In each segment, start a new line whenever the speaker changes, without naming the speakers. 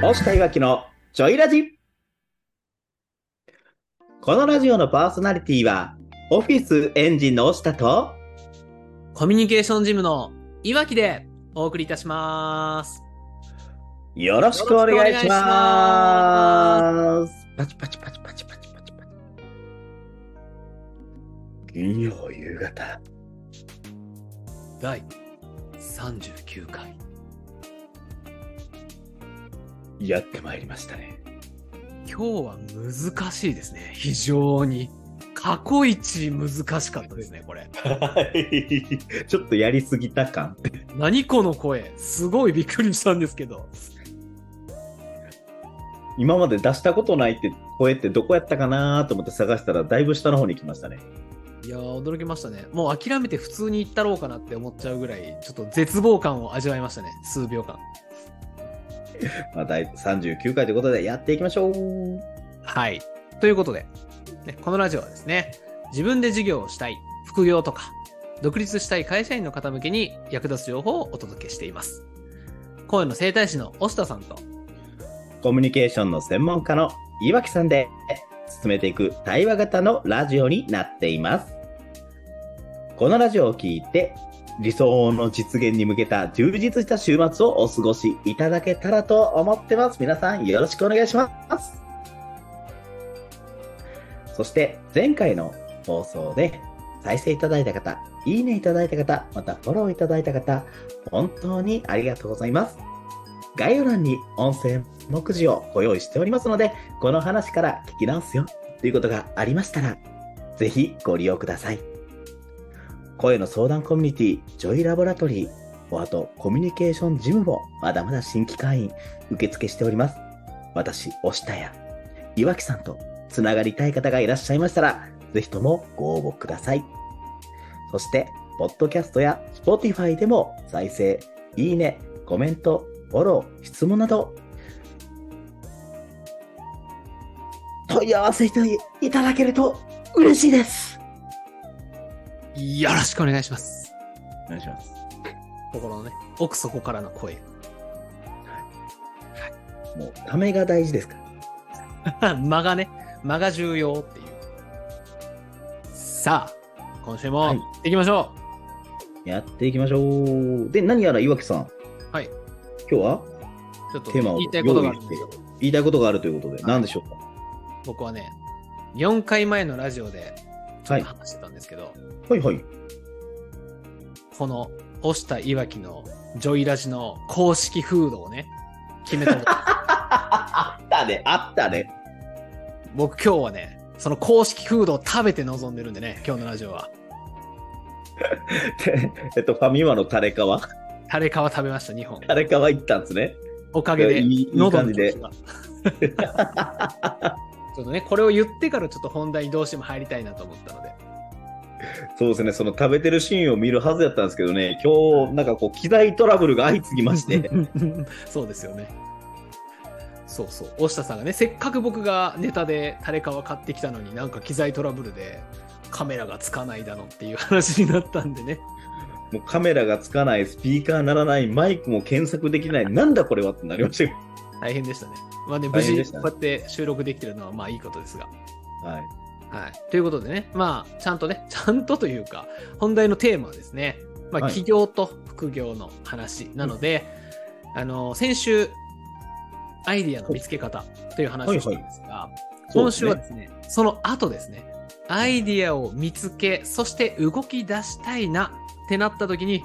投資界わきのジョイラジこのラジオのパーソナリティはオフィスエンジンの押田と
コミュニケーションジムのいわきでお送りいたします。
よろしくお願いします
パチパチパチパチパチパチパチ。
金曜夕方
第39回。
やってまいりましたね
今日は難しいですね。非常に。過去一難しかったですね、これ。
はいちょっとやりすぎた感
何この声。すごいびっくりしたんですけど。
今まで出したことないって声ってどこやったかなと思って探したらだいぶ下の方に来ましたね
いやー、驚きましたね。もう諦めて普通に行ったろうかなって思っちゃうぐらい、ちょっと絶望感を味わいましたね。数秒間。
まあ、第39回ということでやっていきましょう。
はい。ということで、ね、このラジオはですね、自分で事業をしたい、副業とか、独立したい会社員の方向けに役立つ情報をお届けしています。声の整体師の押田さんと、
コミュニケーションの専門家の岩木さんで進めていく対話型のラジオになっています。このラジオを聞いて理想の実現に向けた充実した週末をお過ごしいただけたらと思ってます。皆さんよろしくお願いします。そして前回の放送で再生いただいた方、いいねいただいた方、またフォローいただいた方、本当にありがとうございます。概要欄に音声目次をご用意しておりますので、この話から聞き直すよということがありましたら、ぜひご利用ください。声の相談コミュニティ、ジョイラボラトリー、あとコミュニケーションジムもまだまだ新規会員受付しております。私、押田や岩木さんとつながりたい方がいらっしゃいましたら、ぜひともご応募ください。そして、ポッドキャストや Spotify でも再生、いいね、コメント、フォロー、質問など、問い合わせしていただけると嬉しいです。
よろしくお願いします。
お願いします。
心のね、奥底からの声。
もう、ためが大事ですから。
間がね、間が重要っていう。さあ、今週
は
も
い
行ってきましょ
やっていきましょう。で、何やら岩木さん。
はい。
今日は
う。ちょっと
テーマを
言いたいことがあ
用
る
意し
んで
て、言いたいことがあるということで、何でしょうか
僕はね、4回前のラジオでちょ
は
っ
い
と話してたんですけど、
はいはい。
この押したいわきのジョイラジの公式フードをね決め たの
あったね、あったね。
僕今日はねその公式フードを食べて臨んでるんでね今日のラジオは
えっと、ファミマのタレカワ
タレカワ食べました2本
タレカワ行ったんですね。
おかげで
いやいいいい
喉
感
の
じで
調子が ちょっとねこれを言ってからちょっと本題にどうしても入りたいなと思ったので
そうですね、その食べてるシーンを見るはずやったんですけどね、今日なんかこう、機材トラブルが相次ぎまして、
そうですよねそうそう押下さんがねせっかく僕がネタでタレカワ買ってきたのになんか機材トラブルでカメラがつかないだのっていう話になったんでね
もうカメラがつかない、スピーカーならない、マイクも検索できない、なんだこれはってなりましたけ
大変でしたね。まあね、無
大変
事
でした
こ
ね
うやって収録できてるのはまあいいことですが。
ど。はい。
はい。ということでね、まあ、ちゃんとね、 ちゃんとというか、本題のテーマはですね、まあ、
はい
起業と副業の話なので、あの、先週、アイディアの見つけ方という話をしたんですが、今週はですね、その後ですね、アイディアを見つけ、そして動き出したいなってなった時に、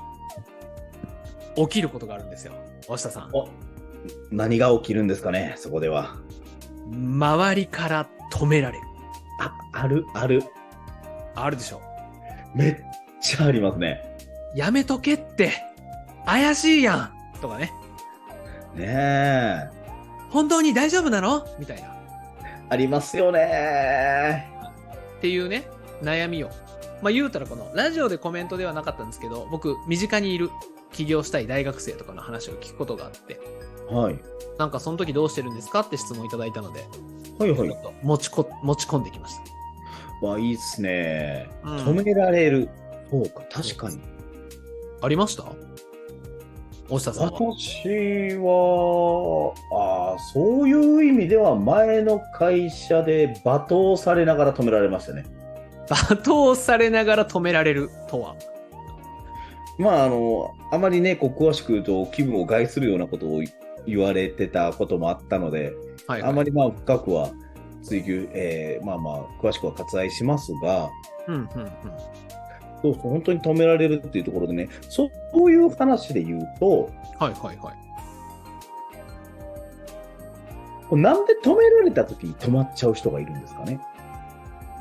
起きることがあるんですよ。大下さん。
お何が起きるんですかね、そこでは。
周りから止められる。
あ、ある、ある。
あるでしょ。
めっちゃありますね。
やめとけって、怪しいやんとかね、
ね
本当に大丈夫なのみたいな。っ
え。ありますよね。
ていうね、悩みを。まあ言うたらこの、ラジオでコメントではなかったんですけど、僕、身近にいる起業したい大学生とかの話を聞くことがあって、
はい。
なんかその時どうしてるんですかって質問いただいたので、
はい
ち
は
ょ
い。
っと持ちこ持ち込んできまし
わ、いいっすね。
た。うん
止められる。そうか、確かに。
ありました大下さんは。
私はあー、そういう意味では前の会社で罵倒されながら止められましたね。
罵倒されながら止められるとは。
まあ、あの、あまりね、こう詳しく言うと気分を害するようなことを言われてたこともあったので、
はい、
あまりまあ深くは追求、えーまあまあ、詳しくは割愛しますが、
うんうんうん。
そうそう本当に止められるっていうところでね、そうそういう話で言うと、
はいはいはい。
こうなんで止められた時に止まっちゃう人がいるんですかね。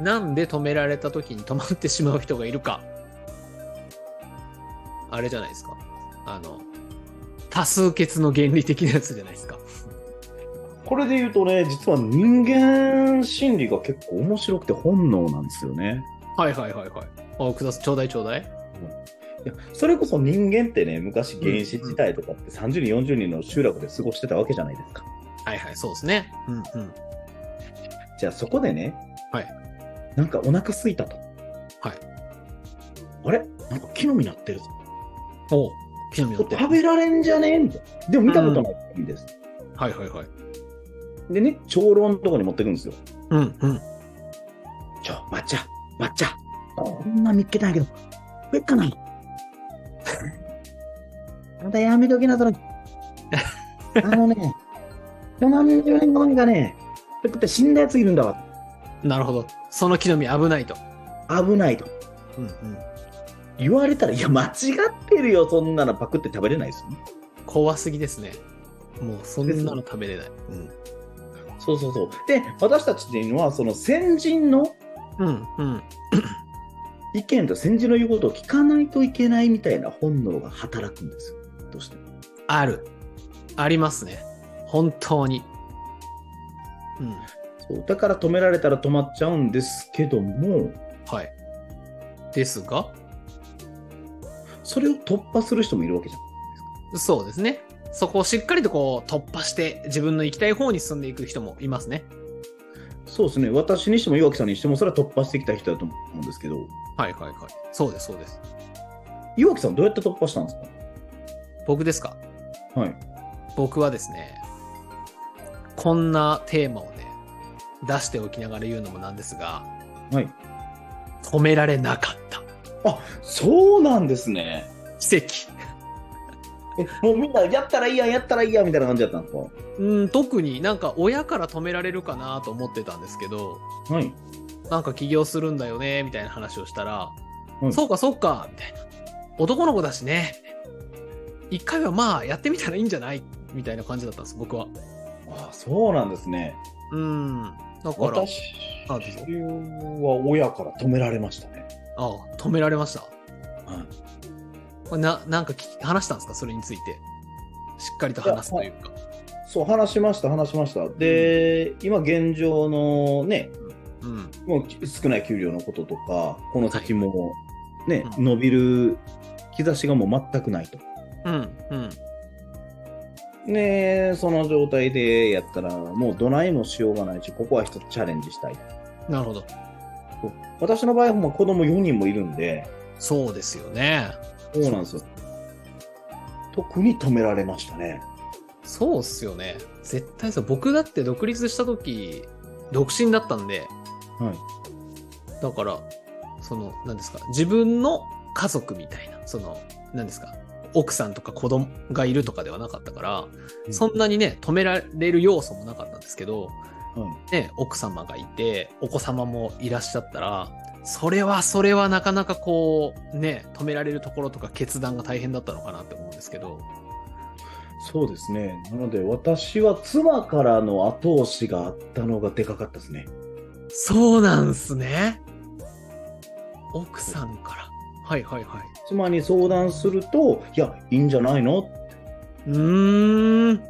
なんで止められた時に止まってしまう人がいるか。あれじゃないですか。あの、多数決の原理的なやつじゃないですか。
これで言うとね、実は人間心理が結構面白くて本能なんですよね。
はいはいはいはい。あ、ください。ちょうだいちょうだ
い
い。
やそれこそ人間ってね、昔原始時代とかって30人、40人の集落で過ごしてたわけじゃないですか。
はいはい、そうですね。うんうん。
じゃあそこでね、
はい
なんかお腹空いたと。
はい
あれなんか木の実なってるぞ。
おう木の実
こ
だっ
れ
て。
食べられんじゃねえみたいな。でも見たことないんです。
はいはいはい。
でね、長老のとこに持ってくんですよ。
うんうん。
ちょ、抹茶、抹茶。こんな見っけたんやけど、食えっかない。 あなたやめときなさい。あのね、何十年後にかね、これ食って死んだやついるんだわ。
なるほど。その木の実危ないと。
危ないと。
うんうん。
言われたら、いや、間違ってるよ、そんなのパクって食べれないですよね。
怖すぎですね。もうそんなの食べれない。
そうそうそう。で、私たちっていうのは、その先人の
うん。うんうん。
意見と先人の言うことを聞かないといけないみたいな本能が働くんですよ。どうしても
ある。ありますね。本当に。うん。
そうだから止められたら止まっちゃうんですけども、
はい。ですが、
それを突破する人もいるわけじゃん。
そうですね。そこをしっかりとこう突破して自分の行きたい方に進んでいく人もいますね。
そうですね、私にしても岩城さんにしても、それは突破してきた人だと思うんですけど、
はいはいはい。そうですそうです。
岩城さん、どうやって突破したんです
僕ですか
かはい。
僕はですね、こんなテーマをね、出しておきながら言うのもなんですが、
はい。
止められなかった。
そうなんですね。
奇跡。
え、もうみんな、やったらいいや、やったらいいや、みたいな感じだったんですか
うん、特になんか親から止められるかなと思ってたんですけど、
はい。
なんか起業するんだよね、みたいな話をしたら、
うん
そうかそうか、みたいな。男の子だしね。一回はまあやってみたらいいんじゃないみたいな感じだったんです、僕は。
あそうなんですね。
うん。だから、あ
私
あど
は
うぞ
親から止められましたね。
止められました。
はい
これな、なんか聞き話したんですかそれについて。しっかりと話すというか。
そう、話しました、話しました。で、今現状のね、
うん。
もう少ない給料のこととか、この先も、ね
うん
伸びる兆しがもう全くないと。
うん。うん。
ねえその状態でやったら、もうどないもしようがないし、ここは一つチャレンジしたい。
なるほど。
私の場合はもう子供4人もいるんで、
そうですよね。
そうなんですよ。特に止められましたね。
そうっすよね。絶対そう。僕だって独立した時、独身だったんで、
はい。
だから、その、何ですか、自分の家族みたいな、その、何ですか、奥さんとか子供がいるとかではなかったから、そんなにね、止められる要素もなかったんですけど、
はい
ね、奥様がいて、お子様もいらっしゃったら、それはそれはなかなかこう、ね、止められるところとか決断が大変だったのかなって思うんですけど、
そうですね。なので、私は妻からの後押しがあったのがでかかったですね。
そうなんすね。奥さんから。はいはいはい。
妻に相談すると、いや、いいんじゃないの
うーん。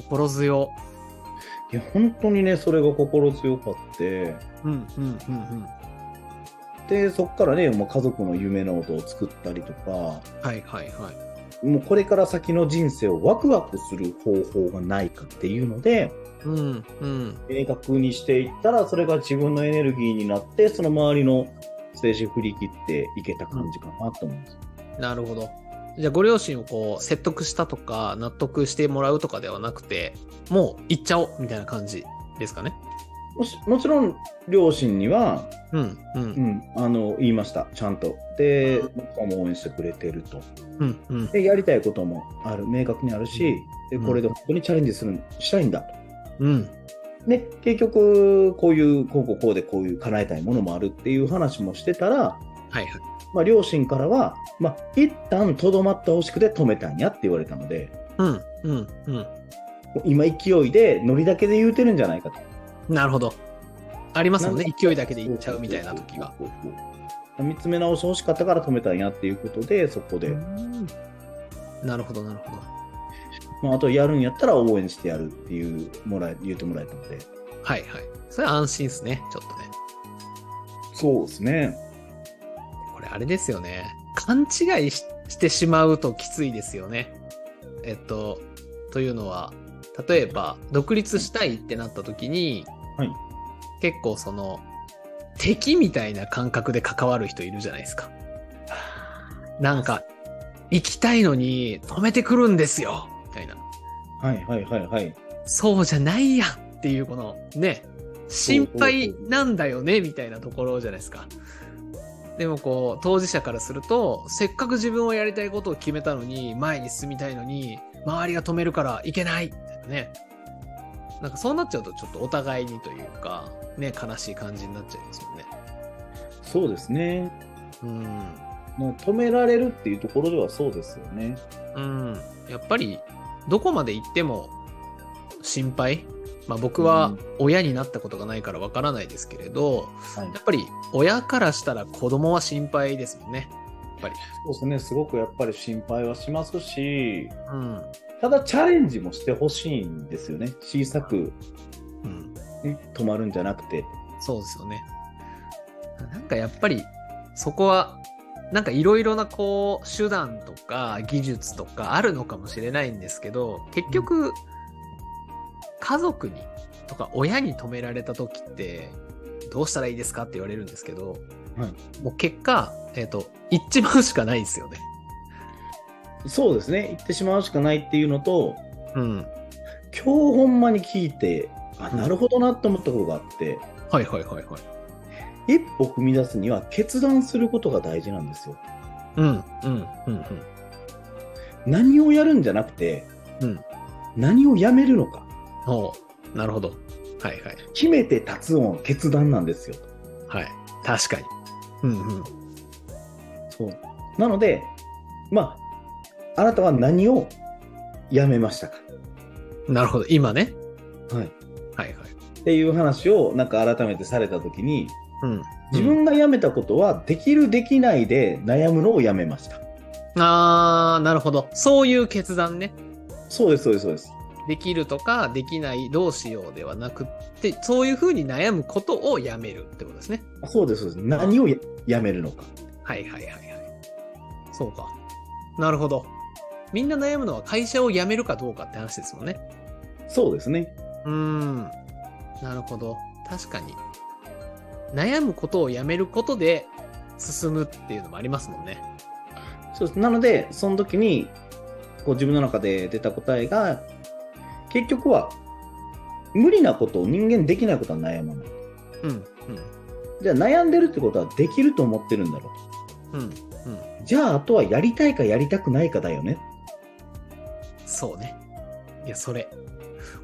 心強。
いや、本当にね、それが心強かって、
うんうんうんうん。
で、そこからね、もう家族の夢ノートを作ったりとか、
はいはいはい。
もうこれから先の人生をワクワクする方法がないかっていうので、
うんうん。
明確にしていったら、それが自分のエネルギーになって、その周りのステージ振り切っていけた感じかなと思うんです。
なるほど。じゃあご両親をこう説得したとか納得してもらうとかではなくてもう行っちゃおうみたいな感じですかね。
もしもちろん両親には、
うんう
うんん、あの言いましたちゃんとで僕はもう応援してくれてると
うんうん
でやりたいこともある明確にあるしでこれで本当にチャレンジするしたいんだ
うん
ね、結局こういうこうこうこうでこういう叶えたいものもあるっていう話もしてたら、
はいはい。
まあ、両親からは、まあ、一旦とどまってほしくて止めたんやって言われたので
うんうんうん。
今勢いでノリだけで言うてるんじゃないかと。
なるほど。ありますもんね
なん。
勢いだけで行っちゃうみたいな時が。
そうそうそう。見つめ直してほしかったから止めたんやっていうことでそこで、
うんなるほどなるほど。
まあ、あとやるんやったら応援してやるっていうもらえ言ってもらえたので
はいはい。それは安心ですね。ちょっとね。
そうですね
これあれですよね。勘違いししてしまうときついですよね。えっと、というのは、例えば、独立したいってなった時に、
はい
結構その、敵みたいな感覚で関わる人いるじゃないですか。なんか、行きたいのに止めてくるんですよみたいな。
はいはいはいはい
そうじゃないやんっていうこのね心配なんだよねみたいなところじゃないですか。でもこう当事者からするとせっかく自分はやりたいことを決めたのに前に進みたいのに周りが止めるからいけないみたいなねなんかそうなっちゃうとちょっとお互いにというかね悲しい感じになっちゃいますもんね。
そうですね
うん
もう止められるっていうところではそうですよね
うん、やっぱりどこまで行っても心配、まあ、僕は親になったことがないからわからないですけれど、
はい
やっぱり親からしたら子供は心配ですもんね。
そうですね、すごくやっぱり心配はしますし、
うん
ただチャレンジもしてほしいんですよね、小さく、
うん、
ね、止まるんじゃなくて。
そうですよね。なんかやっぱりそこはなんかいろいろなこう手段とか技術とかあるのかもしれないんですけど結局家族にとか親に止められた時ってどうしたらいいですかって言われるんですけど、
は
もう結果、えっと行っちまうしかないですよね。
そうですね、行ってしまうしかないっていうのと、
うん、
今日ほんまに聞いて、あ
うん
なるほどなと思ったことがあって、
はいはいはいはい。
一歩踏み出すには決断することが大事なんですよ。
うんうんうんうん。
何をやるんじゃなくて、
うん
何をやめるのか、
おうなるほど。はいはい
決めて立つの決断なんですよ。
はい。確かに。うんうん。
そうなので、まあ、あなたは何をやめましたか
なるほど。今ね。
はい、
はいはい。
っていう話をなんか改めてされた時に
うん。
自分が辞めたことはできるできないで悩むのをやめました、
あー、なるほど。そういう決断ね。
そうですそうですそうです
できるとか、できない、どうしようではなくって、そういうふうに悩むことをやめるってことですね。
あそうですそうです何をややめるのか
はいはいはいはい。そうか。なるほど。みんな悩むのは会社を辞めるかどうかって話ですもんね。
そうですね
うーん。なるほど。確かに。悩むことをやめることで進むっていうのもありますもんね。
そうですなのでその時にこう自分の中で出た答えが結局は無理なことを人間できないことは悩まない
うん。
じゃあ悩んでるってことはできると思ってるんだろ
うん。うん。うん。
うじゃああとはやりたいかやりたくないかだよね
そうね。いや、それ。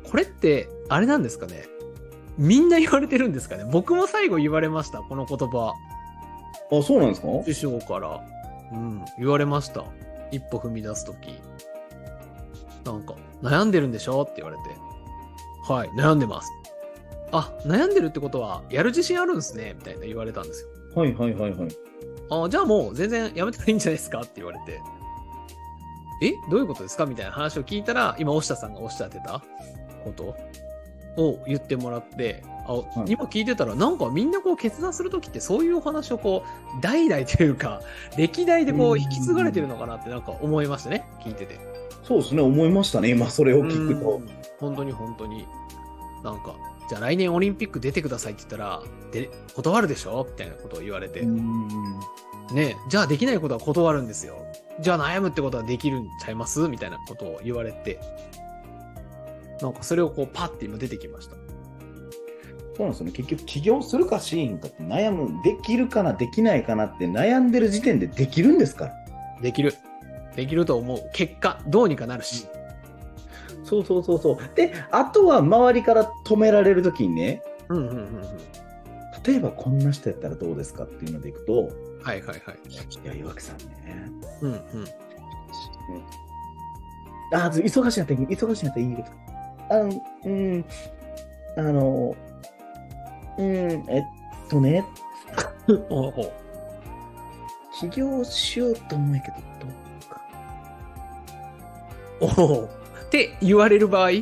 これって、あれなんですかね。みんな言われてるんですかね。僕も最後言われました、この言葉。
あそうなんですか
師匠から。うん、言われました。一歩踏み出すとき。なんか、悩んでるんでしょって言われて。はい、悩んでます。あ、悩んでるってことは、やる自信あるんですね、みたいな言われたんですよ。
はいはいはいはい
あ、じゃあもう全然やめたらいいんじゃないですかって言われて。えどういうことですかみたいな話を聞いたら、今、押下さんがおっしゃってたことを言ってもらって、あ
い
今聞いてたら、なんかみんなこう決断するときって、そういうお話をこう、代々というか、歴代でこ
う
うん引き継がれてるのかなってなんか思いましたね、聞いてて。
そうですね、思いましたね、今、それを聞く
う
と。
ん本当に本当に。なんか、じゃあ来年オリンピック出てくださいって言ったら、で断るでしょみたいなことを言われて。
うん
ねじゃあできないことは断るんですよ。じゃあ悩むってことはできるんちゃいますみたいなことを言われて、なんかそれをこうパッて今出てきました。
そうなんですよね。結局起業するかシーンかって悩む、できるかな、できないかなって悩んでる時点でできるんですから。
できる。できると思う。結果、どうにかなるし。
そうそうそうそう。で、あとは周りから止められるときにね、
うんうんうんうん。
例えばこんな人やったらどうですかっていうのでいくと、
はいはいはい。
いや、岩木さんね、
うんうん。
ああ、ず忙しいなったらいい、忙しいなったらいいけど、あの、うん、あの、うん、えっとね、
おうおう
起業しようと思うけど、どうか。
おうって言われる場合
っ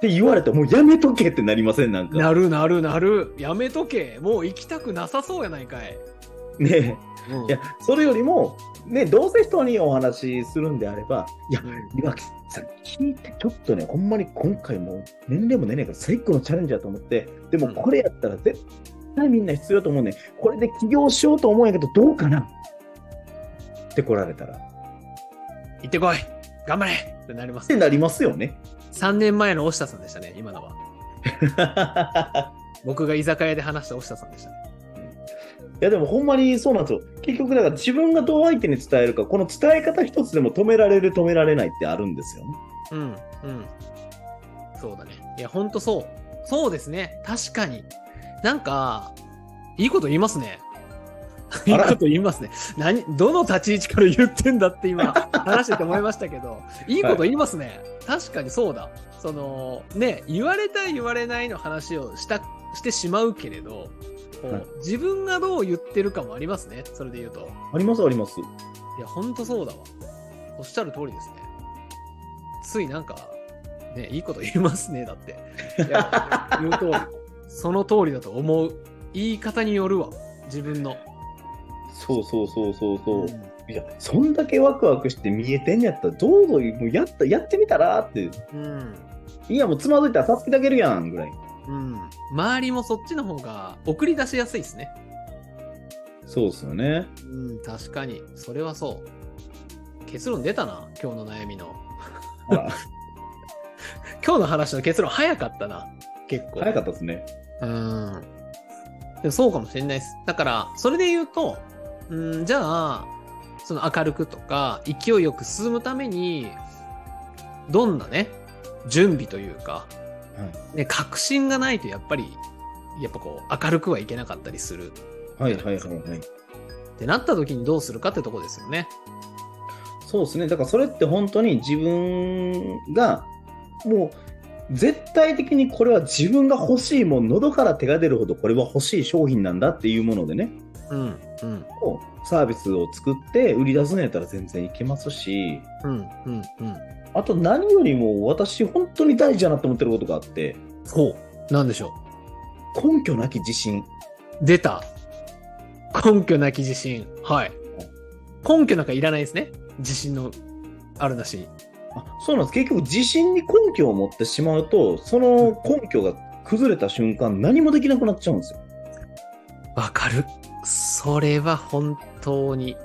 て言われて、もうやめとけってなりませんなんか。
なるなるなるやめとけもう行きたくなさそうやないかい、
ね
うん
いや、それよりも、ね、どうせ人にお話しするんであれば、いや、岩木さん、聞いて、ちょっとね、ほんまに今回もう年齢も年齢から最高のチャレンジだと思って、で
う
も
ん
これやったら絶対みんな必要だと思うね。これで起業しようと思うんやけど、どうかなって来られたら。っ
行ってこい頑張れってなります
てなりますよね。
3年前の押下さんでしたね今のは僕が居酒屋で話した押下さんでしたね
いやでもほんまにそうなんですよ。結局だから自分がどう相手に伝えるか、この伝え方一つでも止められる止められないってあるんですよね。
うんうんそうだねいやほんとそうそうですね確かになんかいいこと言いますねいい
あら
こと言いますね何どの立ち位置から言ってんだって今話してて思いましたけどいいこと言いますね、確かにそうだそのね言われた言われないの話をしたしてしまうけれどこう
はい
自分がどう言ってるかもありますねそれで言うと
ありますあります。
いや、ほんとそうだわ。おっしゃる通りですね。ついなんか、ね、いいこと言いますね、だって。いや、言う通り。その通りだと思う。言い方によるわ。自分の。
そうそうそうそうそう。
ん
いや、そんだけワクワクして見えてんやったら、どうぞ、もうやった、やってみたらって。
うん。
いや、もうつまずいたら助けてあげるやん、ぐらい。
うん。周りもそっちの方が送り出しやすいですね。
そうですよね。
うん、確かに。それはそう。結論出たな、今日の悩みの。
ほら
今日の話の結論早かったな。結構。
早かったですね。
うん。でもそうかもしれないです。だから、それで言うと、うん、じゃあ、その明るくとか、勢いよく進むために、どんなね、準備というか、ね、確信がないとやっぱり、やっぱこう、明るくはいけなかったりする
はい、はい、はい、はいはい。
ってなった時にどうするかってとこですよね。
そうですね。だからそれって本当に自分が、もう、絶対的にこれは自分が欲しいもん、喉から手が出るほどこれは欲しい商品なんだっていうものでね、
うん、うん、
こうサービスを作って売り出すんやったら全然いけますし、
うん、うん、うん。
あと何よりも私本当に大事だなと思ってることがあって、
ほう、なんでしょ
根拠なき自信。
う。出た。根拠なき自信。はい。根拠なんかいらないですね。自信のあるなしに。
あそうなんです。結局自信に根拠を持ってしまうと、その根拠が崩れた瞬間、何もできなくなっちゃうんですよ。
わかる。それは本当に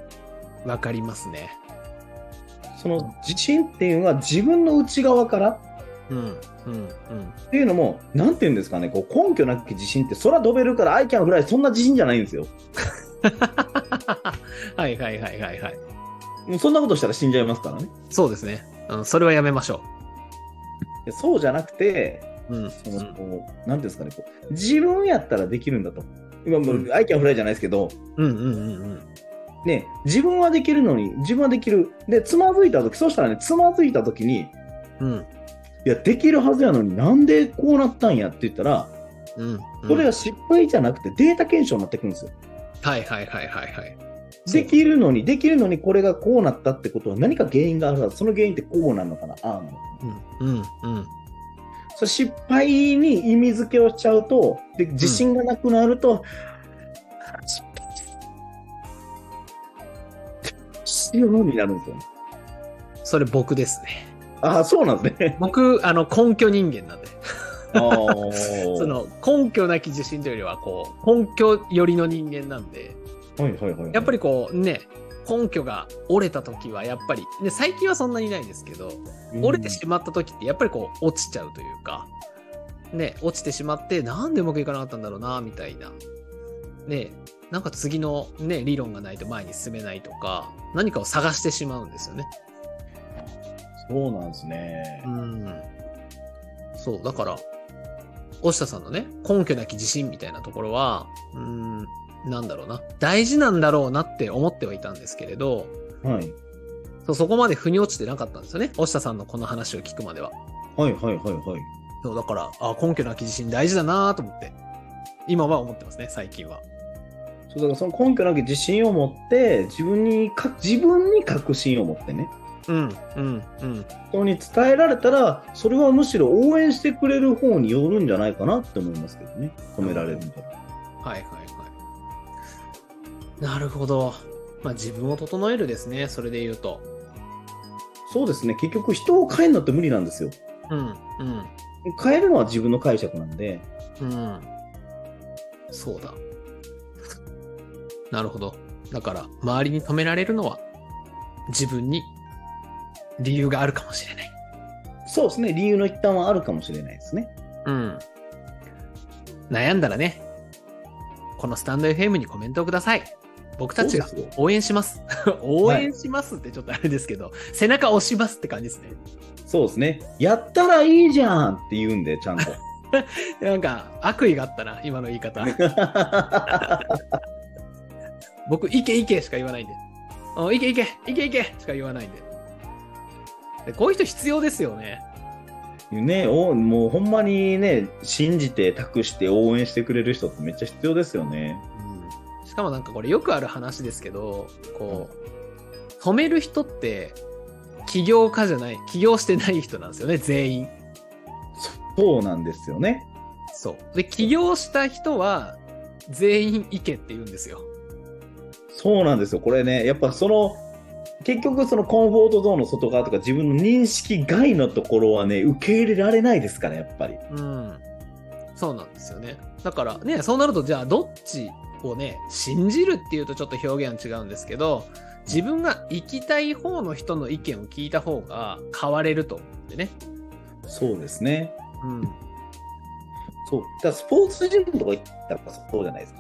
わかりますね。
その自信っていうのは自分の内側から
うん、うん、うん。
っていうのも、なんて言うんですかね、こう根拠なき自信って空飛べるからアイキャンフライ、そんな自信じゃないんですよ。
はいはいはいはいはい。
もうそんなことしたら死んじゃいますからね。
そうですね。うん、それはやめましょ
でそうじゃなくて、
う。うん、
その、こう、なんていうんですかね、こう、自分やったらできるんだと。今もう、アイキャンフライじゃないですけど、
うん、うん、うん、うん。
ね、自分はできるのに、自分はできる。で、つまずいたとき、そうしたらね、つまずいたときに、
うん、
いや、できるはずやのになんでこうなったんやって言ったら、
うん。うん
それが失敗じゃなくてデータ検証になってくるんですよ。
はいはいはいはいはい。
できるのに、できるのにこれがこうなったってことは何か原因があるはず。その原因ってこうなのかな、ああなのかな。
うん、うん、うん。
それ失敗に意味付けをしちゃうと、で自信がなくなると、失敗必要になるんですよね。
それ僕ですね。
ああ、そうなんですね。
僕、あの、根拠人間なんで。
そ
そ、の、根拠なき自信というよりは、こう、根拠寄りの人間なんで、
はいはいはいはい、
やっぱりこうね、根拠が折れた時はやっぱりで最近はそんなにないですけど折れてしまった時ってやっぱりこう落ちちゃうというか、ね、落ちてしまってなんでうまくいかなかったんだろうなみたいな、ね、なんか次の、ね、理論がないと前に進めないとか何かを探してしまうんですよね。
そうなんですね
う。んそうだから押田さんのね根拠なき自信みたいなところはうんなんだろうな大事なんだろうなって思ってはいたんですけれど
はい。
そうそこまで腑に落ちてなかったんですよね押田さんのこの話を聞くまでは。
はいはいはいはい。
そうだからあ根拠なき自信大事だなと思って今は思ってますね最近は。
そうだからその根拠なき自信を持って自分にか自分に確信を持ってね
うんうんうん
人に伝えられたらそれはむしろ応援してくれる方によるんじゃないかなって思いますけどね褒められるんで、
はいはいはい。なるほど。まあ自分を整えるですねそれで言うと。
そうですね結局人を変えるのって無理なんですよ
うんうん
変えるのは自分の解釈なんで
うん。そうだ。なるほど。だから、周りに止められるのは、自分に理由があるかもしれない。
そうですね理由の一端はあるかもしれないですね
うん。悩んだらね、このスタンド FM にコメントをください。僕たちが
そうです
応援します。 応援しますってちょっとあれですけど、背中押しますって感じですね。
そうですねやったらいいじゃんって言うんでちゃんと
なんか、悪意があったな、今の言い方。僕、いけいけしか言わないんで。あいけいけいけいけしか言わないんでで。こういう人必要ですよね。
ねおもうほんまにね信じて託して応援してくれる人ってめっちゃ必要ですよね
しかもなんかこれよくある話ですけど、こう、止める人って、起業家じゃない、起業してない人なんですよね、全員。
そうなんですよね
そう。で、起業した人は、全員いけって言うんですよ。
そうなんですよ、これね、やっぱその、結局、そのコンフォートゾーンの外側とか、自分の認識外のところはね、受け入れられないですから、やっぱり。
うん。そうなんですよね。だからね、そうなると、じゃあどっちをね、信じるっていうとちょっと表現は違うんですけど、自分が行きたい方の人の意見を聞いた方が変われると思うんでね。
そうですね。
うん。
そう。だからスポーツジムとか行ったらそうじゃないですか。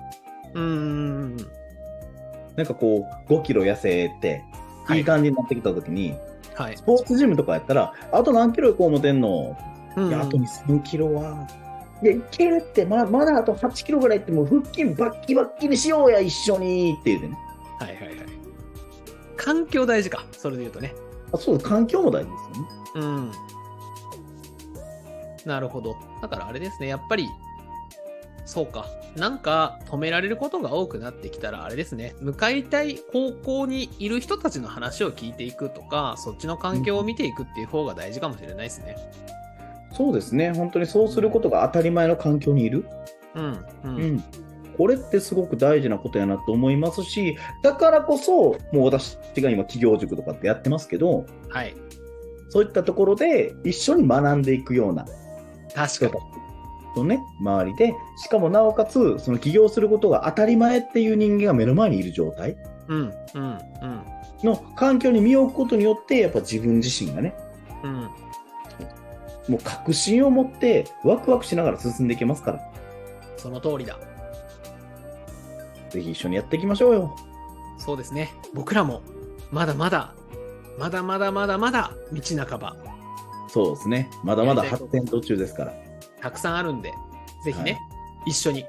うーん。
なんかこう、5キロ痩せて、
はい
いい感じになってきたときに、
はい
ス。ポーツジムとかやったら、あと何キロ行こう思てんの、
うん
いや、あと2キロは。いや、いけるって、ままだあと8キロぐらい行って、もう腹筋バッキバッキにしようや、一緒にって言うてね。
はいはいはい。環境大事か。それで言うとね。
あそう、環境も大事ですよね。
うん。なるほど。だからあれですね、やっぱり、そうか。なんか止められることが多くなってきたら、あれですね、向かいたい方向にいる人たちの話を聞いていくとか、そっちの環境を見ていくっていう方が大事かもしれないですね。
そうですね、本当にそうすることが当たり前の環境にいる、
うん。う。
うんん、これってすごく大事なことやなと思いますし、だからこそ、もう私が今、企業塾とかってやってますけど、
はい。
そういったところで一緒に学んでいくような
確
人
か
たちとね、周りで、しかもなおかつ、その起業することが当たり前っていう人間が目の前にいる状態
に。うん。うん。うん。
の環境に身を置くことによって、やっぱ自分自身がね、
うん。
もう確信を持って、ワクワクしながら進んでいけますから、
その通りだ。
ぜひ一緒にやっていきましょうよ。
そうですね。僕らも、まだまだ、まだまだまだまだ、道半ば、
そうですね。まだまだ発展途中ですから。
たくさんあるんで、ぜひね、
はい
一緒に、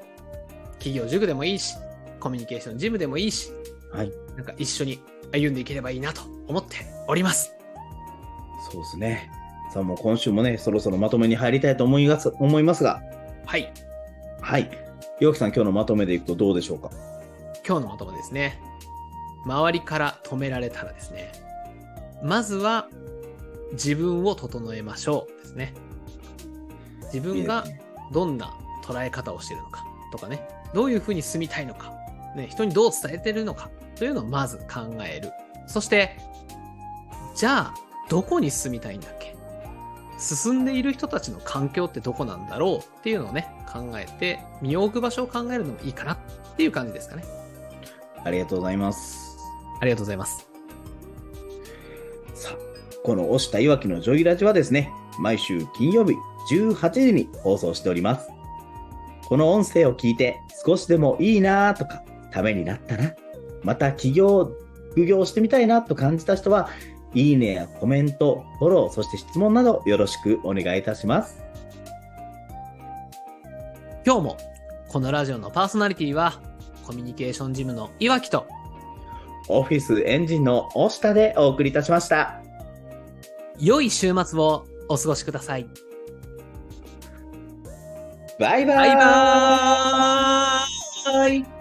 企業塾でもいいし、コミュニケーションジムでもいいし、
はい。
なんか一緒に歩んでいければいいなと思っております。
そうですね。さあもう今週もね、そろそろまとめに入りたいと思います思いますが、
はい。
はい。陽気さん、今日のまとめでいくとどうでしょうか。
今日のまとめですね。周りから止められたらですね。まずは、自分を整えましょうですね。自分が
いいですね
どんな捉え方をしているのかとかね、どういうふうに住みたいのか、ね、人にどう伝えてるのかというのをまず考える。そして、じゃあ、どこに住みたいんだっけ進んでいる人たちの環境ってどこなんだろうっていうのをね、考えて、身を置く場所を考えるのもいいかなっていう感じですかね。
ありがとうございます。
ありがとうございます。
さあ、この押したいわきのジョイラジはですね、毎週金曜日18時に放送しております。この音声を聞いて少しでもいいなとか、ためになったな、また起業、副業してみたいなと感じた人は、いいねやコメント、フォロー、そして質問などよろしくお願いいたします。
今日もこのラジオのパーソナリティはコミュニケーションジムのいわきと
オフィスエンジンの押したでお送りいたしました。
良い週末をお過ごしください。
バイバーイ
バイバーイ